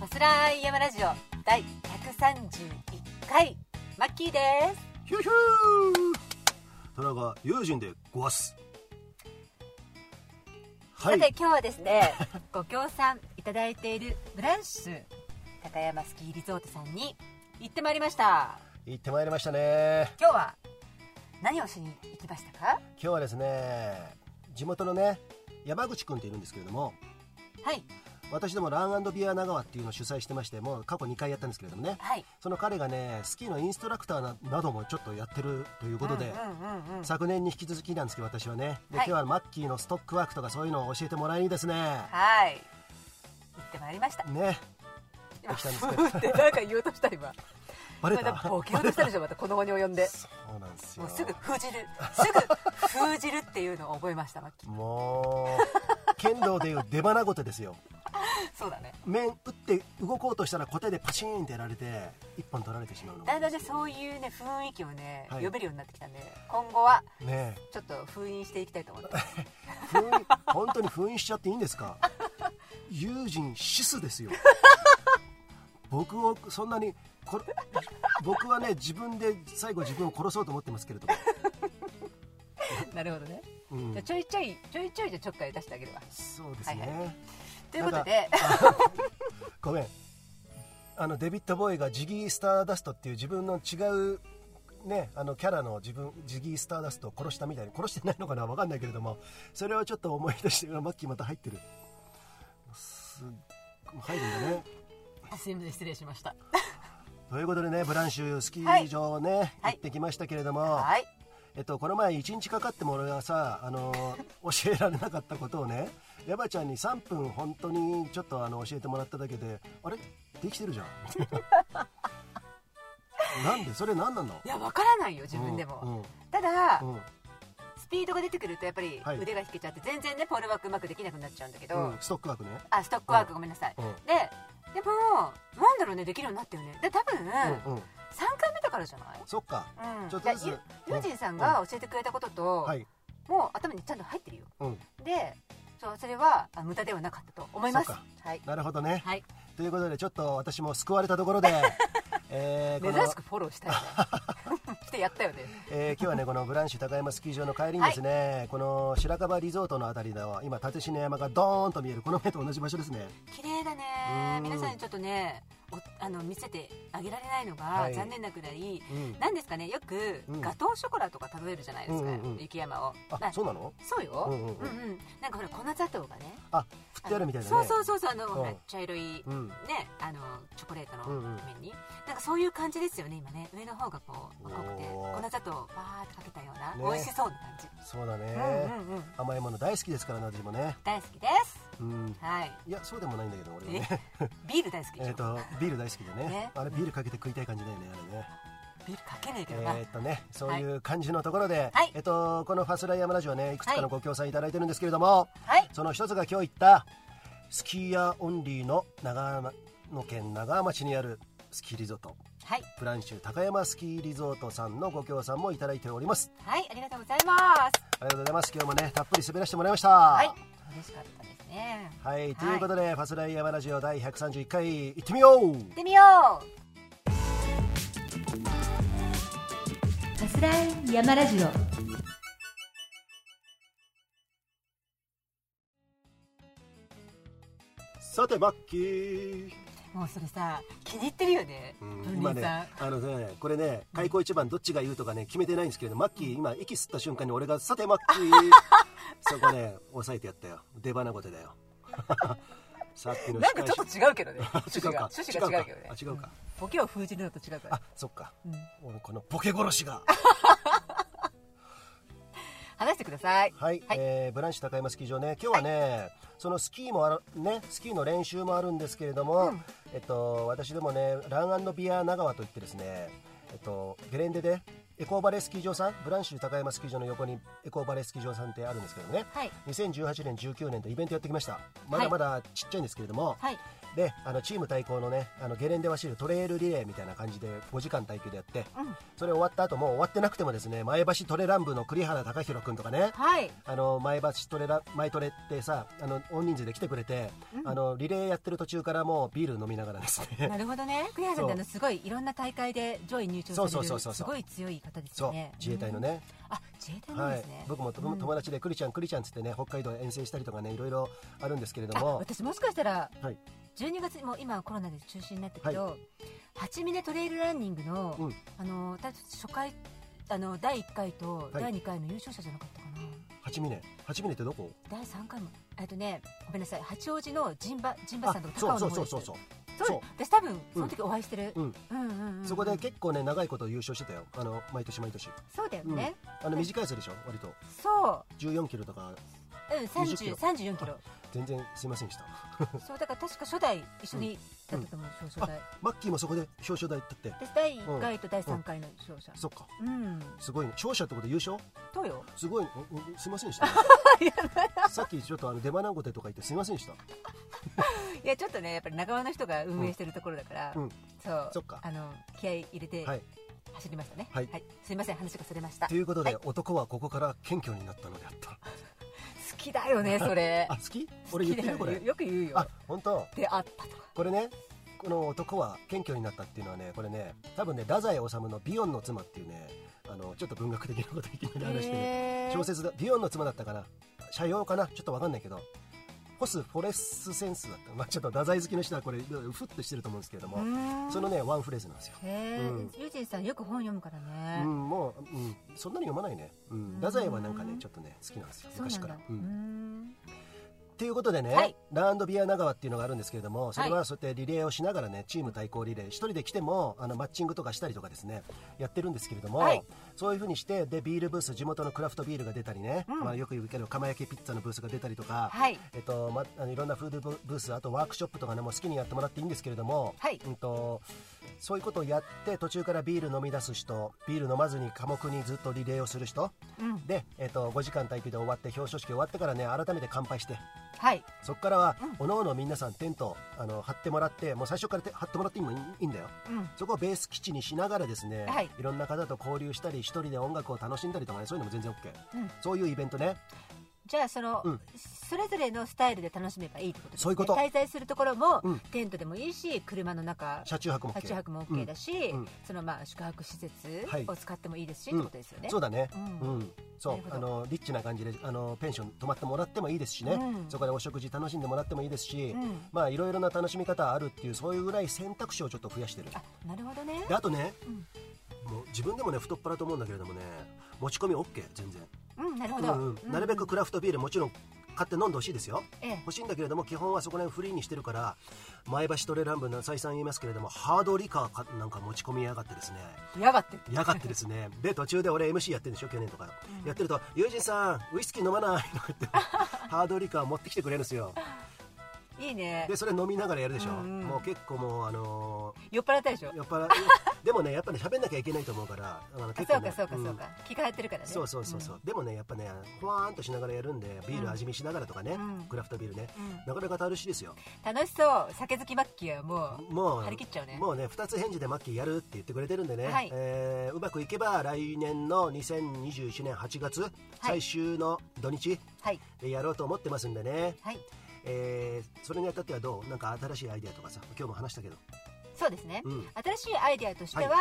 さすらい山ラジオ第131回マッキーですヒューヒュー田中友人でごわすはさいて今日はですね ご協賛いただいているブランシュ高山スキーリゾートさんに行ってまいりました行ってまいりましたね今日は何をしに行きましたか今日はですね地元のね山口君っているんですけれどもはい私どもランビア長川っていうのを主催してましてもう過去2回やったんですけれどもねはいその彼がねスキーのインストラクターななどもちょっとやってるということで、うんうんうん、昨年に引き続きなんですけど私はねで、はい今日はマッキーのストックワークとかそういうのを教えてもらいにですねはい行ってまいりましたね今行ってきふたんですーってなんか言おうとした今バレ今なたんかボケようとしたでしょまた子供に及 んでそうなんですよもうすぐ封じるすぐ封じるっていうのを覚えましたマッキーもう剣道でいう出花ごてですよそうだね面打って動こうとしたら小手でパシーンってやられて一本取られてしまうのだんだんねうそういうね雰囲気をね、はい呼べるようになってきたんで今後はねちょっと封印していきたいと思 ってえ封印本当に封印しちゃっていいんですか友人シスですよ僕をそんなにこれ僕はね自分で最後自分を殺そうと思ってますけれどなるほどね、も、うんじゃあちょいちょいちょいちょいじゃちょっかい出してあげるわそうですね、はいということでごめんあのデビッド・ボーイがジギー・スターダストっていう自分の違うねあのキャラの自分ジギー・スターダストを殺したみたいに殺してないのかなわかんないけれどもそれをちょっと思い出してマッキーまた入ってるす入るんだねすいません失礼しましたということでねブランシュスキー場ね、はい行ってきましたけれども、はいえっと、この前1日かかっても俺がさ、あの 教えられなかったことをね山ちゃんに3分本当にちょっとあの教えてもらっただけであれできてるじゃん なんでそれ何なのいやわからないよ自分でも、ただ、うんうんスピードが出てくるとやっぱりはい腕が引けちゃって全然ねポールワークうまくできなくなっちゃうんだけど、うんストックワークね、あストックワークごめんなさい、うんででもなんだろうねできるようになったよねで多分、うんうん3回目だからじゃないそっかうん、ちょっとずついやゆゆうじんさんが教えてくれたことと、はい、もう頭にちゃんと入ってるようん、でそうそれはあ無駄ではなかったと思いますそうかはい、なるほどね、はい、ということでちょっと私も救われたところ で、えーこの珍しくフォロー したいねしてやったよねえー今日はねこのブランシュ高山スキー場の帰りにですね、この白樺リゾートのあたりだわ今立石の山がドーンと見えるこの目と同じ場所ですね綺麗だねうん皆さんにちょっとねおあの見せてあげられないのが、はい残念なくらいうんなんですかねよく、うんガトーショコラとか食べるじゃないですか、うんうんうん雪山をあ、まあそうなのそうよ、ううんんううんんううんんなんかほら粉砂糖がねあ振ってあるみたいなねそうそうそうそうあの、ほらうん茶色いうんね、あのチョコレートのうんうん面に、なんかそういう感じですよね今ね上の方がこう赤くておー粉砂糖をバーってかけたような、ね美味しそうな感じ、そうだね、うんうんうん甘いもの大好きですからね私もね大好きですうんはいいやそうでもないんだけど俺はねビール大好きでし えょっとビール大好きでねねあれビールかけて食いたい感じだよねあれねビールかけないけどな、えーっとねそういう感じのところで、はいえっとこのファスライヤマラジオはねいくつかはのいご協賛いただいてるんですけれども、はいその一つが今日行ったスキーヤーオンリーの長野県長浜町にあるスキーリゾートはいプランシュ高山スキーリゾートさんのご協賛もいただいておりますはいありがとうございますありがとうございます今日もねたっぷり滑らせてもらいましたはいは嬉しかったですねい、ということで、ファスライヤーラジオ第131回行ってみよう行ってみようさすらい山ラジオさてマッキー、もうそれさ気に入ってるよね、うんお今姉ねさんあのねこれね開口一番どっちが言うとかね決めてないんですけれどマッキー今息吸った瞬間に俺が「さてマッキー」 そこね抑えてやったよ出花ごて だよさっきのなんかちょっと違うけどね違うか趣旨が趣旨が違うけどねあ違うかんボケを封じるのと違うからあそっか、うん俺このボケ殺しが話してくださいはい、はいえーブランシュ高山スキー場ね今日はね、そのスキーもあらねスキーの練習もあるんですけれども、えっと私でもねランビア長川といってですねえっとゲレンデでエコーバレースキー場さんブランシュ高山スキー場の横にエコーバレースキー場さんってあるんですけどね、はい2018年19年とイベントやってきましたまだまだちっちゃいんですけれども、はいであのチーム対抗のねあのゲレンデ走るトレイルリレーみたいな感じで5時間耐久でやってうんそれ終わった後もう終わってなくてもですね前橋トレラン部の栗原貴弘君とかねはいあの前橋トレラ前トレってさあの大人数で来てくれて、うんあのリレーやってる途中からもうビール飲みながらです ねなるほどね栗原さんってあのすごいいろんな大会で上位入賞されるそうそうそうそうすごい強い方ですそようね自衛隊のね、うんあ自衛隊なんはでいすね、、僕もともうん友達で栗ちゃん栗ちゃんつってね北海道遠征したりとかねいろいろあるんですけれどあも私もしかしたらはい12月もう今はコロナで中止になったけど、八峰トレイルランニングの、うんあのた初回あの第1回とはい第2回の優勝者じゃなかったかな、八峰八峰ってどこ第3回もえっとねごめんなさい八王子の陣馬陣馬あさんとかそ高う尾そのう方でそうすそうそそううそう私多分その時お会いしてる、うんうんうんうんそこで結構ね長いこと優勝してたよあの毎年毎年そうだよね、あの短いやつでしょ割とそ14キロとかう、うん、 20キロ30 34キロ全然すいませんでしたそうだから確か初代一緒にだったと思う、表彰台マッキーもそこで表彰台行ったってで第1回と第3回の勝者そっかうんすごいね勝者ってことで優勝どうよすごいんんすいませんでした さっきちょっとあの出花ごてとか言ってすいませんでしたいやちょっとねやっぱり仲間の人が運営してるところだから、うんうんそうそっかあの気合い入れてはい走りましたね、はいすいません話がそれましたということで、は男はここから謙虚になったのであった好きだよねそれ あ好き俺言ってる好こきだれよよく言うよあ本当であったとかこれねこの男は謙虚になったっていうのはねこれね多分ね太宰治の「ビヨンの妻」っていうねあのちょっと文学的なこといきなり話してねへー小説だ「ビヨンの妻」だったかな社用かなちょっとわかんないけどホスフォレスセンスだった、まあ、ちょっと太宰好きの人はこれふっとしてると思うんですけれどうも、ーんそのねワンフレーズなんですよ、へえ、うんユージンさんよく本読むからうね、ん、もう、うん、そんなに読まないね、うん、太宰はなんかねちょっとね好きなんですよそうな昔んからだ、ううんーんんっていうことでね、はいランドビア長川っていうのがあるんですけれどもそれははそうやってリレーをしながらねチーム対抗リレー一人で来てもあのマッチングとかしたりとかですねやってるんですけれども、はいそういうふうにしてでビールブース地元のクラフトビールが出たりね、うんまあ、よく言うけど釜焼きピッツァのブースが出たりとか、はいえっとま、あのいろんなフードブブースあとワークショップとかねもう好きにやってもらっていいんですけれども、はいうん、とそういうことをやって途中からビール飲み出す人ビール飲まずに寡黙にずっとリレーをする人うんで、えっと、5時間耐久で終わって表彰式終わってからね改めて乾杯してはいそこからは、おのおの皆さんテントあの張ってもらってもう最初からて張ってもらっていいのいいんだようんそこをベース基地にしながらですね、はいい、ろんな方と交流したり一人で音楽を楽しんだりとかねそういうのも全然 OK、うんそういうイベントねじゃあその、うんそれぞれのスタイルで楽しめばいいってことです、ね、そういうこと滞在するところも、うんテントでもいいし車の中車中泊も OK 車中泊も OK だし、うんうんそのまあ宿泊施設はいを使ってもいいですし、うっんてことですよねそうだねううんん、そなるほうどあのリッチな感じであのペンション泊まってもらってもいいですしね、うんそこでお食事楽しんでもらってもいいですし、うんまあいろいろな楽しみ方あるっていうそういうぐらい選択肢をちょっと増やしてるあなるほどねであとね、うんもう自分でもね太っ腹と思うんだけれどもね持ち込み OK 全然うんなるほうど、んうん、なるべくクラフトビールもちろん買って飲んでほしいですよええ欲しいんだけれども基本はそこら辺フリーにしてるから前橋トレラン部の再三言いますけれどもハードリカーかなんか持ち込みやがってですねやがってやがってですねで途中で俺 MC やってるんでしょ去年とか、やってると「友人さんウイスキー飲まない」とか 言ってハードリカー持ってきてくれるんですよいいねでそれ飲みながらやるでしょ、うんうんもう結構もうあの酔っ払ったでしょー酔っ払でもねやっぱね喋んなきゃいけないと思うからあのあ結そ構うかねそうかうそんうか、気が入ってるからねそうそうそうそう、でもねやっぱねふわーんとしながらやるんでビール味見しながらとかね、うんクラフトビールね、うんなかなか楽しいですよ楽しそう酒好きマッキーはもうもう張り切っちゃうねもうね2つ返事でマッキーやるって言ってくれてるんでね、はいえーうまくいけば来年の2021年8月、最終の土日はいでやろうと思ってますんでね、はいえーそれにあたってはどうなんか新しいアイデアとかさ今日も話したけどそうですね、うん新しいアイデアとしては、や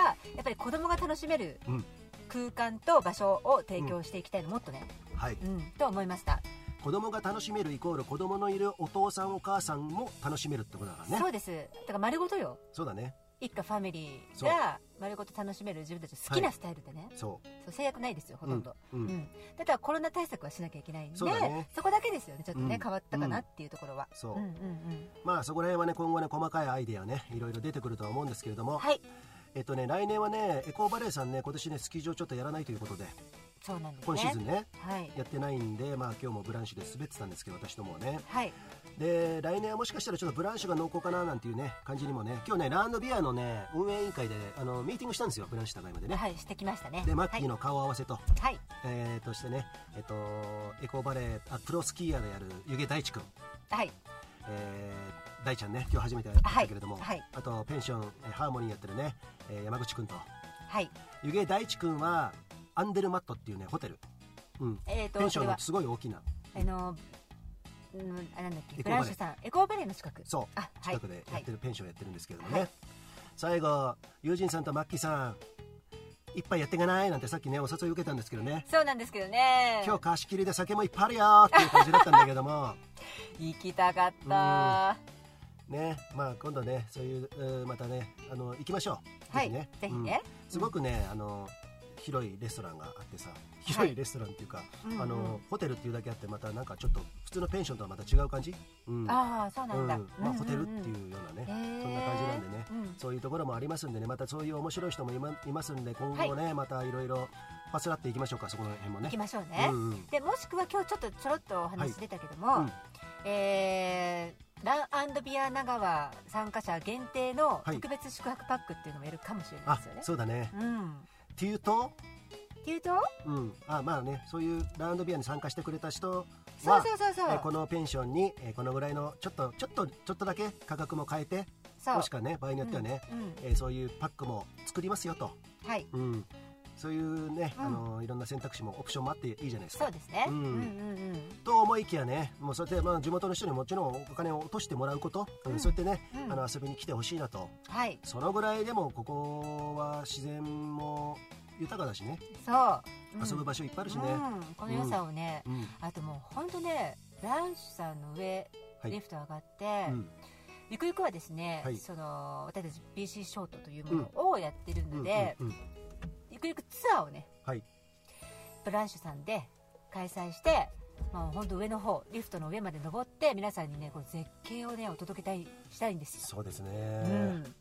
っぱり子供が楽しめるうん空間と場所を提供していきたいの、もっとね、はいうん、と思いました、子供が楽しめるイコール子供のいるお父さんお母さんも楽しめるってことだからねそうですだから丸ごとよそうだね一家ファミリーが丸ごと楽しめる自分たちの好きなスタイルでね、そそう制約ないですよほとんど、う、うんうんだからコロナ対策はしなきゃいけないんでそうだねそこだけですよねちょっとね、うん変わったかなっていうところは、そう、うんうんまあそこら辺はね今後ね細かいアイデアねいろいろ出てくるとは思うんですけれどうんも、はいえっとね来年はねエコーバレーさんね今年ねスキー場ちょっとやらないということでそうなんですね今シーズンねはいやってないんでまあ今日もブランシュで滑ってたんですけど私どもはねはいで来年はもしかしたらちょっとブランシュが濃厚かななんていうね感じにもね今日ねランドビアのね運営委員会であのミーティングしたんですよブランシュ高山でね、はいしてきましたねでマッキーの顔合わせと、はい、えーとしてねえっとエコーバレーあプロスキーヤーである湯気大地君はいはいえ大ちゃんね今日初めて会ったけれども、はいはいあとペンションえーハーモニーやってるね、えー山口くんとはい湯気大地くんはアンデルマットっていうねホテル、うん、えっ、ペとンシそョンれはのすごい大きなあのうんあなんだっけエコーバレーブランシュさんエコーバレーの近くそうあはい近くでやってはる、ペンションやってるんですけれどもね、はい最後友人さんとマッキーさん一杯やっていかないなんてさっきねお誘い受けたんですけどねいそうなんですけどね今日貸し切りで酒もいっぱいあるよーっていう感じだったんだけども 行きたかったねまあ今度ねそういうえーまたねあの行きましょうはいねぜひねうんすごくねあの広いレストランがあってさ広いレストランっていうか、うんうんあのホテルっていうだけあってまたなんかちょっと普通のペンションとはまた違う感じ、うんああそうなうんんだ、まあ、ホテルってういんうようなね、へーそんな感じなんでね、うんそういうところもありますんでねまたそういう面白い人もいまいますんで今後もね、またいろいろパスらっていきましょうかそこの辺もね行きましょうね、うんうんでもしくは今日ちょっとちょろっとお話出たけども、はいうんえーランビア長川参加者限定のはい特別宿泊パックっていうのもやるかもしれないあですよね、そうだね、うんっていうと、っていうとうん、あまあねそういうラウンドビアに参加してくれた人そはうそうそうそう、えーこのペンションに、えーこのぐらいのちょっとちょっとちょっとだけ価格も変えてそうもしくはね場合によってはね、うんうんえーそういうパックも作りますよと、はいうん、そういうね、うんあのいろんな選択肢もオプションもあっていいじゃないですかそうですね、うんうんうんうんと思いきやね、もうそうやって、まあ、地元の人にもちろんお金を落としてもらうこと、うんうんそうやってね、うんあの遊びに来てほしいなと、はいそのぐらいでもここは自然も豊かだしね、そう、うん遊ぶ場所いっぱいあるしね、うん、この良さをね、うんあともう本当ねランシュさんの上はいリフト上がって、うんゆくゆくはですね、はいその私たち BC ショートというものをやってるので、うんうんうんゆくゆくツアーをねはい、ブランシュさんで開催して、まあ、本当上の方リフトの上まで登って皆さんにねこの絶景をねお届けたいしたいんですよ、そうですね、うん、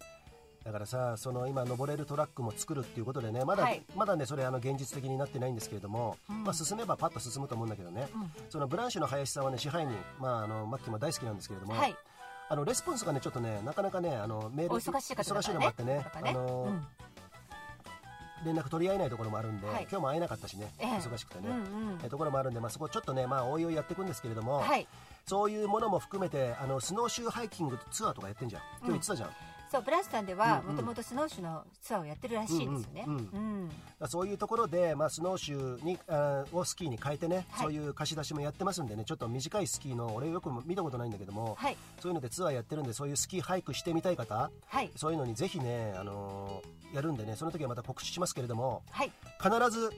だからさ、その今、登れるトラックも作るっていうことでね、まだ,、はいまだね、それ、あの現実的になってないんですけれども、うんまあ、進めばパッと進むと思うんだけどね、そのブランシュの林さんはね、支配人、まあ、あのマッキーも大好きなんですけれどうんも。はいあのレスポンスがねちょっとねなかなかねあのメールお忙しい方忙だしかいらのねもあってねだからねあの、うん連絡取り合えないところもあるんで、はい今日も会えなかったしね、ええ忙しくてね、うんうんえところもあるんで、まあ、そこちょっとね、まあ、おいおいやっていくんですけれども、はいそういうものも含めてあのスノーシューハイキングツアーとかやってんじゃん今日言ってたじゃん、だかそうブランシュさんではうんうんもともとスノーシュのツアーをやってるらしいですよね、うんうんらそういうところで、まあ、スノーシューにあーをスキーに変えてね、はいそういう貸し出しもやってますんでねちょっと短いスキーの俺よく見たことないんだけども、はいそういうのでツアーやってるんでそういうスキーハイクしてみたい方はいそういうのにぜひね、あのーやるんでね、その時はまた告知しますけれども、はい必ず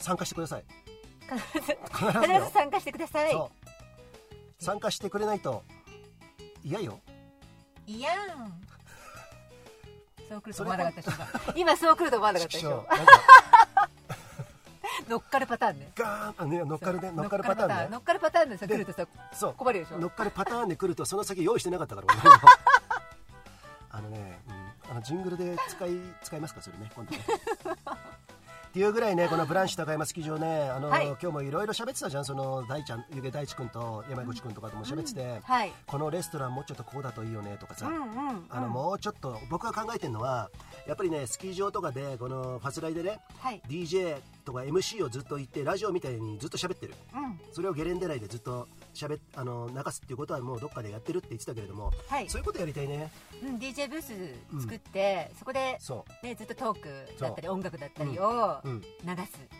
参加してください。必ず必ずよ。必ず参加してくださいそう参加してくれないと嫌よ。いやんそう来ると思わなかったでしょ今そう来ると思わなかったでしょ縮小なんか乗っかるパターンねガーンあ ね乗っかるね乗っかるパターンね。乗っかるパターンでさで来るとさそう。困るでしょ乗っかるパターンで来るとその先用意してなかったから。俺 あのね、うん、あのジングルで使い使いますかそれね今度ね。っていうぐらいねこのブランシュ高山スキー場ねあの、はい今日もいろいろ喋ってたじゃんその大ちゃん湯気大地君と山口君とかとも喋ってて、はいこのレストランもうちょっとこうだといいよねとかうさ、んうんうんあのもうちょっと僕が考えてるのはやっぱりねスキー場とかでこのファスライでねはい DJ とか MC をずっと言ってラジオみたいにずっと喋ってるうんそれをゲレンデ内でずっと喋っあの流すっていうことはもうどっかでやってるって言ってたけれども、はいそういうことやりたいねうん DJ ブース作ってそこでそねずっとトークだったり音楽だったりうをううん流す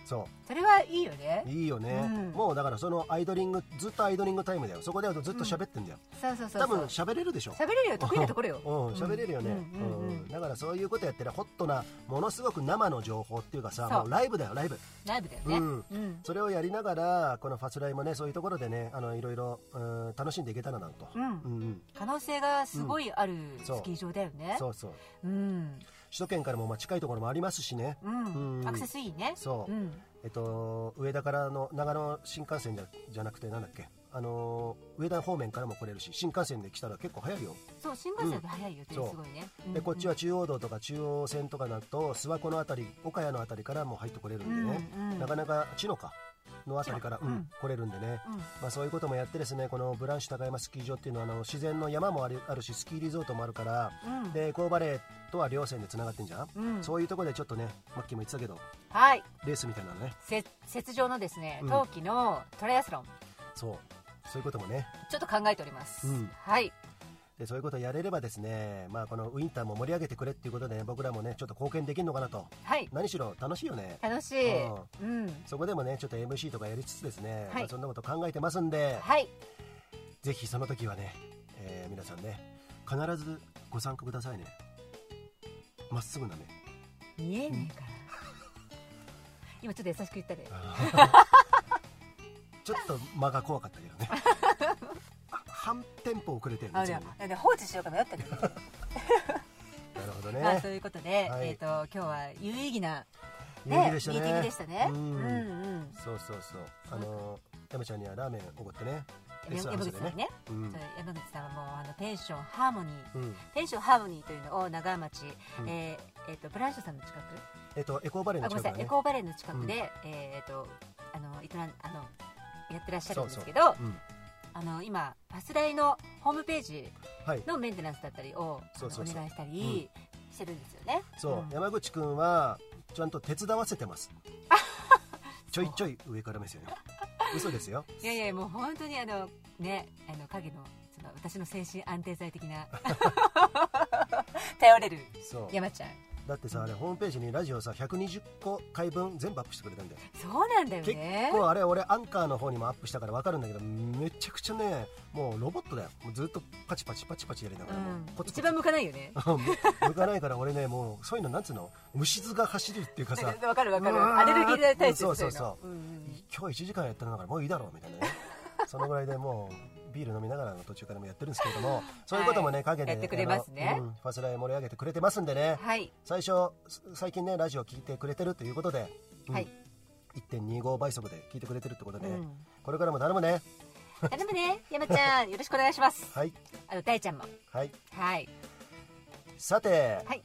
そそれはいいよねういいよね、うんもうだからそのアイドリングずっとアイドリングタイムだよそこでずっと喋ってんだよ、そうそうそう多そ分う喋れるでしょ喋れるよ得意なところようん、喋れるよね、うんうんうんうんうんだからそういうことやってるホットなものすごく生の情報っていうかさそうもうライブだよライブライブだよねううんんそれをやりながらこのファスライもねそういうところでねあのいろいろうん楽しんでいけたらなと、うんうんうん可能性がすごいあるんスそうキー場だよねそうそううん首都圏からもまあ近いところもありますしねううんんアクセスいいねそう、うんえっと上田からの長野新幹線じゃじゃなくてなんだっけあのー上田方面からも来れるし新幹線で来たら結構早いよ、そう新幹線が早いよってすそうごいねでこっちは中央道とか中央線とかだと諏訪湖の辺り岡谷の辺りからも入ってこれるんでね、うんうんなかなか知野かの辺りから、知野うんうん来れるんでね、うんまあ、そういうこともやってですねこのブランシュ高山スキー場っていうのはあの自然の山もあるあるしスキーリゾートもあるから、うんでコーバレーとは両線でつながってんじゃん、うんそういうところでちょっとねマッキーも言ってたけどはいレースみたいなのねせ雪上のですねうん冬季のトライアスロンそうそういうこともねちょっと考えております、うんはいでそういうことをやれればですね、まあ、このウィンターも盛り上げてくれっていうことで、ね、僕らもねちょっと貢献できるのかなとはい何しろ楽しいよね楽しいうんうんそこでもねちょっと MC とかやりつつですね、はいまあそんなこと考えてますんで、はいぜひその時はね、えー皆さんね必ずご参加くださいねまっすぐなね見え ねえから今ちょっと優しく言ったで あーちょっと間が怖かったけどね あ半テンポ遅れてるねあいつじもゃねあ放置しようか迷ったけど、なるほどまあ、とねいうことで、はいえっ、と今日は有意義な、有ね意義でしたミねーティングでしたね。ううんんうん。そうそうそうあのー山ちゃんにはラーメンおごってねレスト山ラン口のさんね、うんそう山口さんはもうあのペンションハーモニー、うんペンションハーモニーというのを長町、うんえーえっ、とブランションさんの近く、えっとエコーバレあーのごめ近んなください、エねコーバレーの近くで、えっ、とあのいたんあのやってらっしゃるんですけど、うんあの今パスライのホームページはいのメンテナンスだったりをあのそうそうそうお願いしたりしてるんですよね。そう、ん山口くんはちゃんと手伝わせてますちょいちょい上から目線よ嘘ですよいやいやもう本当にあのねあの影のその私の精神安定剤的 な 頼れるそう山ちゃんだってさあれホームページにラジオさ120個回分全部アップしてくれたんだよそうなんだよ結ね構あれ俺アンカーの方にもアップしたから分かるんだけどめちゃくちゃねもうロボットだよもうずっとパチパチパチパチやりながらもううコん、ツコツ一 番向かないよね向かないから俺ねもうそういうのなんつうの虫図が走るっていうか さわかるわかうるわーアレルギー体質そうそうそいうのうん今日1時間やったんだからもういいだろうみたい なねそのぐらいでもうビール飲みながらの途中からもやってるんですけれどもそういうこともね、はい陰でやってくれますねあのうんファスライ盛り上げてくれてますんでね、うんはい最初す最近ねラジオ聞いてくれてるということで、うんはい1.25倍速で聞いてくれてるってことで、うんこれからも頼むね頼むね山ちゃ んよろしくお願いしますはいあの大ちゃんもはいはいさて、はい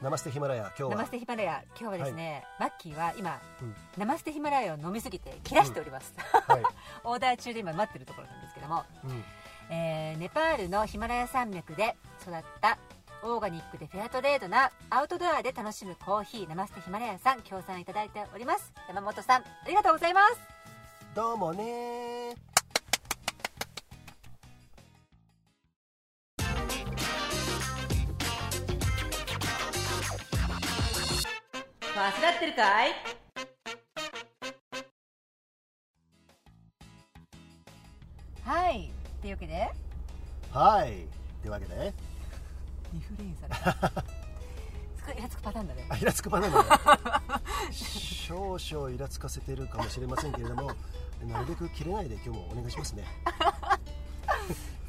ナマステヒマラヤ今日ナマはステヒマラヤ今日はですね、マッキーは今うんナマステヒマラヤを飲みすぎて切らしております、はい、オーダー中で今待ってるところなんですけどもうん、えーネパールのヒマラヤ山脈で育ったオーガニックでフェアトレードなアウトドアで楽しむコーヒーナマステヒマラヤさん協賛いただいております山本さんありがとうございますどうもね忘れってるかいはいというわけではいってわけでリフレインされたイラつくパターンだねあイラつくバナナだ少々イラつかせてるかもしれませんけれどもなるべく切れないで今日もお願いしますね、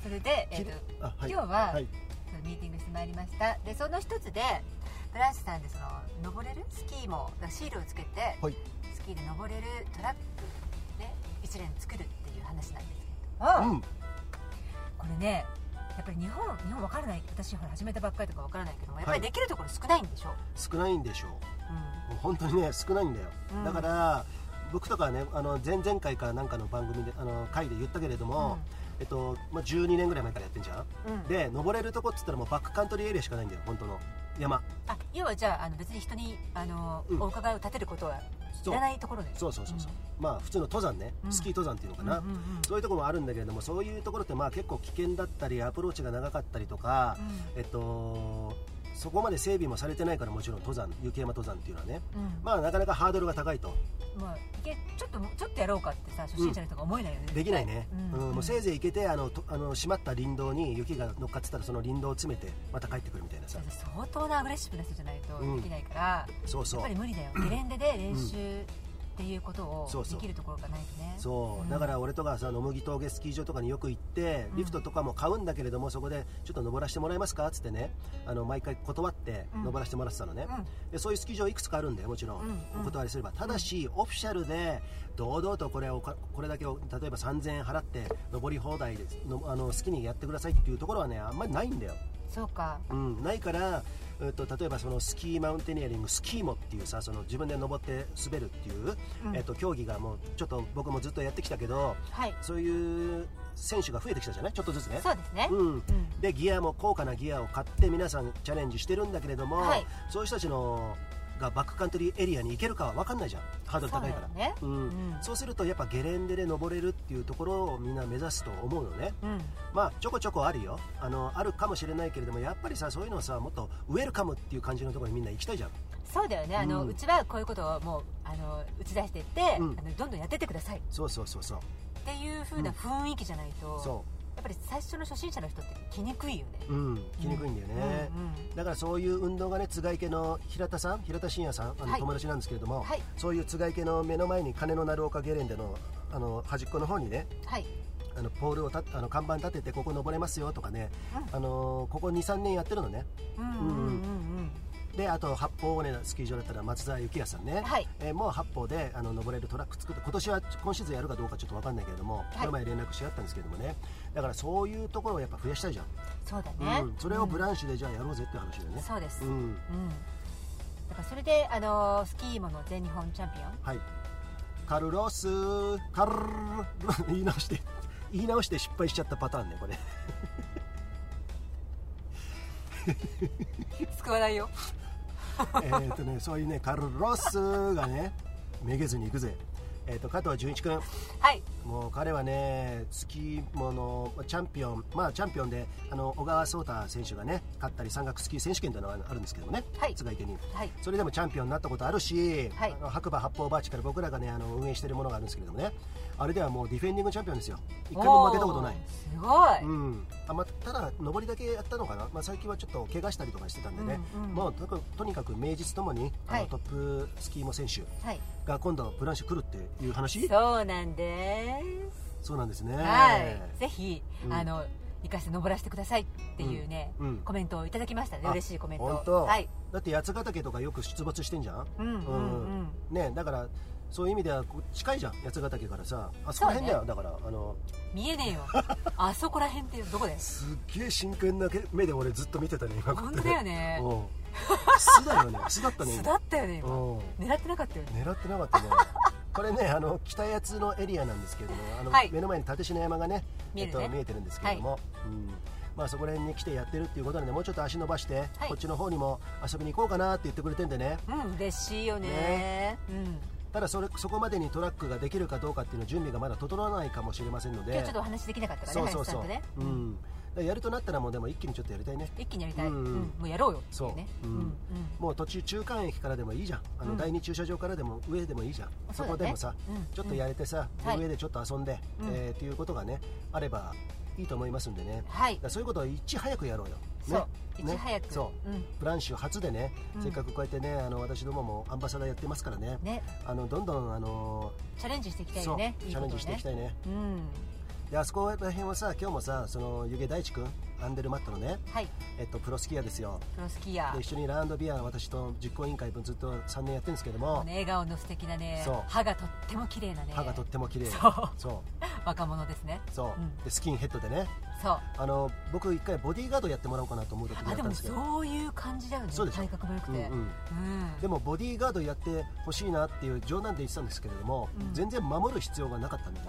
それで、え切ーれとあい今日ははい、ミーティングしてまいりましたでその一つでブランシュさんでその登れるスキーもシールをつけて、はいスキーで登れるトラックね一連作るっていう話なんですけど、うんこれねやっぱり日本日本わからない私ほら始めたばっかりとかわからないけどもやっぱりはできるところ少ないんでしょ、少ないんでしょううんもう本当にね少ないんだよ、うんだから僕とかはねあの前々回かなんかの番組であの回で言ったけれども、えっとまあ、12年ぐらい前からやってんじゃんうんうんで登れるとこっつったらもうバックカントリーエリアしかないんだよ本当の山あ要はじゃああの別に人にあの、うんお伺いを立てることはそいうらないところでそうそうそうそう、まあ普通の登山ね、うんスキー登山っていうのかうんうんな、うんうんそういうところもあるんだけれどもそういうところってまあ結構危険だったりアプローチが長かったりとか、えっとそこまで整備もされてないからもちろん登山雪山登山っていうのはねうんまあなかなかハードルが高いとまあ、いけちょっとちょっとやろうかってさ初心者の人が思えないよね、できないね、ううんんもうせいぜい行けてあのとあの閉まった林道に雪が乗っかってたらその林道を詰めてまた帰ってくるみたいなさ相当なアグレッシブな人じゃないとうんできないから、そうそやっうぱり無理だよゲレンデで練習っていうことをそうでそうきるところがないとねそううんだから俺とかさ野麦峠スキー場とかによく行ってうんリフトとかも買うんだけれどもそこでちょっと登らせてもらえますかっつってねあの毎回断ってうん登らせてもらってたのね、でそういうスキー場いくつかあるんだよもちろん、うんうんお断りすればただしオフィシャルで堂々とこれをかこれだけを例えば3000円払って登り放題ですのあの好きにやってくださいっていうところはねあんまりないんだよ、そうかうん、ないから、えっと、例えばそのスキーマウンテニアリングスキーモっていうさその自分で登って滑るっていう、うんえっと、競技がもうちょっと僕もずっとやってきたけどはいそういう選手が増えてきたじゃないちょっとずつねそうですね、うん、うんでギアも高価なギアを買って皆さんチャレンジしてるんだけれども、はいそういう人たちのがバックカントリーエリアに行けるかは分かんないじゃんハードル高いからそうだよねうんうんそうするとやっぱゲレンデで登れるっていうところをみんな目指すと思うのねうんまあちょこちょこあるよあのあるかもしれないけれどもやっぱりさそういうのはさもっとウェルカムっていう感じのところにみんな行きたいじゃんそうだよねあの、ううんちはこういうことをもうあの打ち出していって、うんあのどんどんやってってくださいっそうそうそうそうていう風な雰囲気じゃないと、やそっぱり最初の初心者の人って来にくいよねううん来にくいんだよね、うんうんだからそういう運動がねつがい系の平田さん平田真也さんあのはい友達なんですけれども、はいそういうつがい系の目の前に鐘の鳴る丘ゲレンデのあの端っこの方にねはいあのポールをたあの看板立ててここ登れますよとかね、うあのここ23年やってるのねうんうんうんであと八方尾根のスキー場だったら松沢幸也さんね、うんはいえーもう八方であの登れるトラック作って今年は今シーズンやるかどうかちょっと分かんないけれども、この前連絡し合ったんですけれどもねだからそういうところをやっぱ増やしたいじゃん、そうだね、うん、それをブランシュでじゃあやろうぜっていう話でうんね、そうです、ううんん、だからそれであのスキーモの全日本チャンピオンはい。カルロス、カルロス、 言い直して、言い直して失敗しちゃったパターンね、これ。救わないよえーっとね、そういうね、カルロスがね、めげずに行くぜ。えーっと、加藤純一君、はいもう彼はね、スキーものチャンピオン、まあチャンピオンで、あの小川颯太選手がね、勝ったり、山岳スキー選手権というのがあるんですけどもね、はい津軽池に。はいそれでもチャンピオンになったことあるし、はいあの白馬八方バーチから僕らがねあの運営しているものがあるんですけれどもねあれではもうディフェンディングチャンピオンですよ一回も負けたことないおーすごい、うんあまあ、ただ、上りだけやったのかな、まあ、最近はちょっと怪我したりとかしてたんでね、うんうんもうとにかくとにかく名実ともに、はあのいトップスキーモ選手はいが今度、ブランシュ来るっていう話、そうそうなんですなんですね。はい、ぜひ、うんあの行かせて登らせてくださいっていうね、うんうんコメントをいただきましたねあ嬉しいコメントを本当はいだって八ヶ岳とかよく出没してんじゃん、うんうんうん、ね、だからそういう意味ではこう近いじゃん、八ヶ岳からさ、あそこら辺だよ、だからあの見えねえ よあそこら辺ってどこだよすっげえ真剣な目で俺、ずっと見てたね、今こう本やっ当てだよねうん素だよね、素だったね、素今だったよね今うん狙ってなかったよね狙ってなかったねこ れねあの北八津のエリアなんですけれどもあの、はい目の前に立品山がね見えるねっと、見えてるんですけれども、うんまあ、そこら辺に来てやってるっていうことなんでもうちょっと足伸ばして、はいこっちの方にも遊びに行こうかなって言ってくれてんでねうん嬉しいよねねうんただそれそこまでにトラックができるかどうかっていうの準備がまだ整わないかもしれませんので今日ちょっとお話できなかったからそうねそう林さんとそう、ねう、ん、だからやるとなったらもうでも一気にちょっとやりたいね一気にやりたい、ううんんもうやろうよっていそうねううんんもう途中中間駅からでもいいじゃんあの、うん第二駐車場からでも上でもいいじゃんそそうだこねでもさ、うんちょっとやれてさ、はい上でちょっと遊んで、うんえーっていうことがねあればいいと思いますんでね、だかはいらそういうことをいち早くやろうよ、ね、そういねち早くそうんブランシュ初でね、うんせっかくこうやってねあの私どももアンバサダーやってますからねねあのどんどんあのチャレンジしていきたいそようねいいチャこレンとをジしていねきたいねうんであそこら辺はさ今日もさその湯気大地君アンデルマットのね、はいえっと、プロスキーヤーですよプロスキーヤでー一緒にラウンドビア私と実行委員会分ずっと3年やってるんですけどこのも、笑顔の素敵なねそう歯がとっても綺麗なね歯がとっても綺麗そうそう若者ですねそう、うんでスキンヘッドでねそうあの僕一回ボディーガードやってもらおうかなと思う時がああっでたんもですけどそういう感じだよねそうでしょ体格も良くうんてうんうんでもボディーガードやってほしいなっていう冗談で言ってたんですけれども、うん全然守る必要がなかったん で、ね、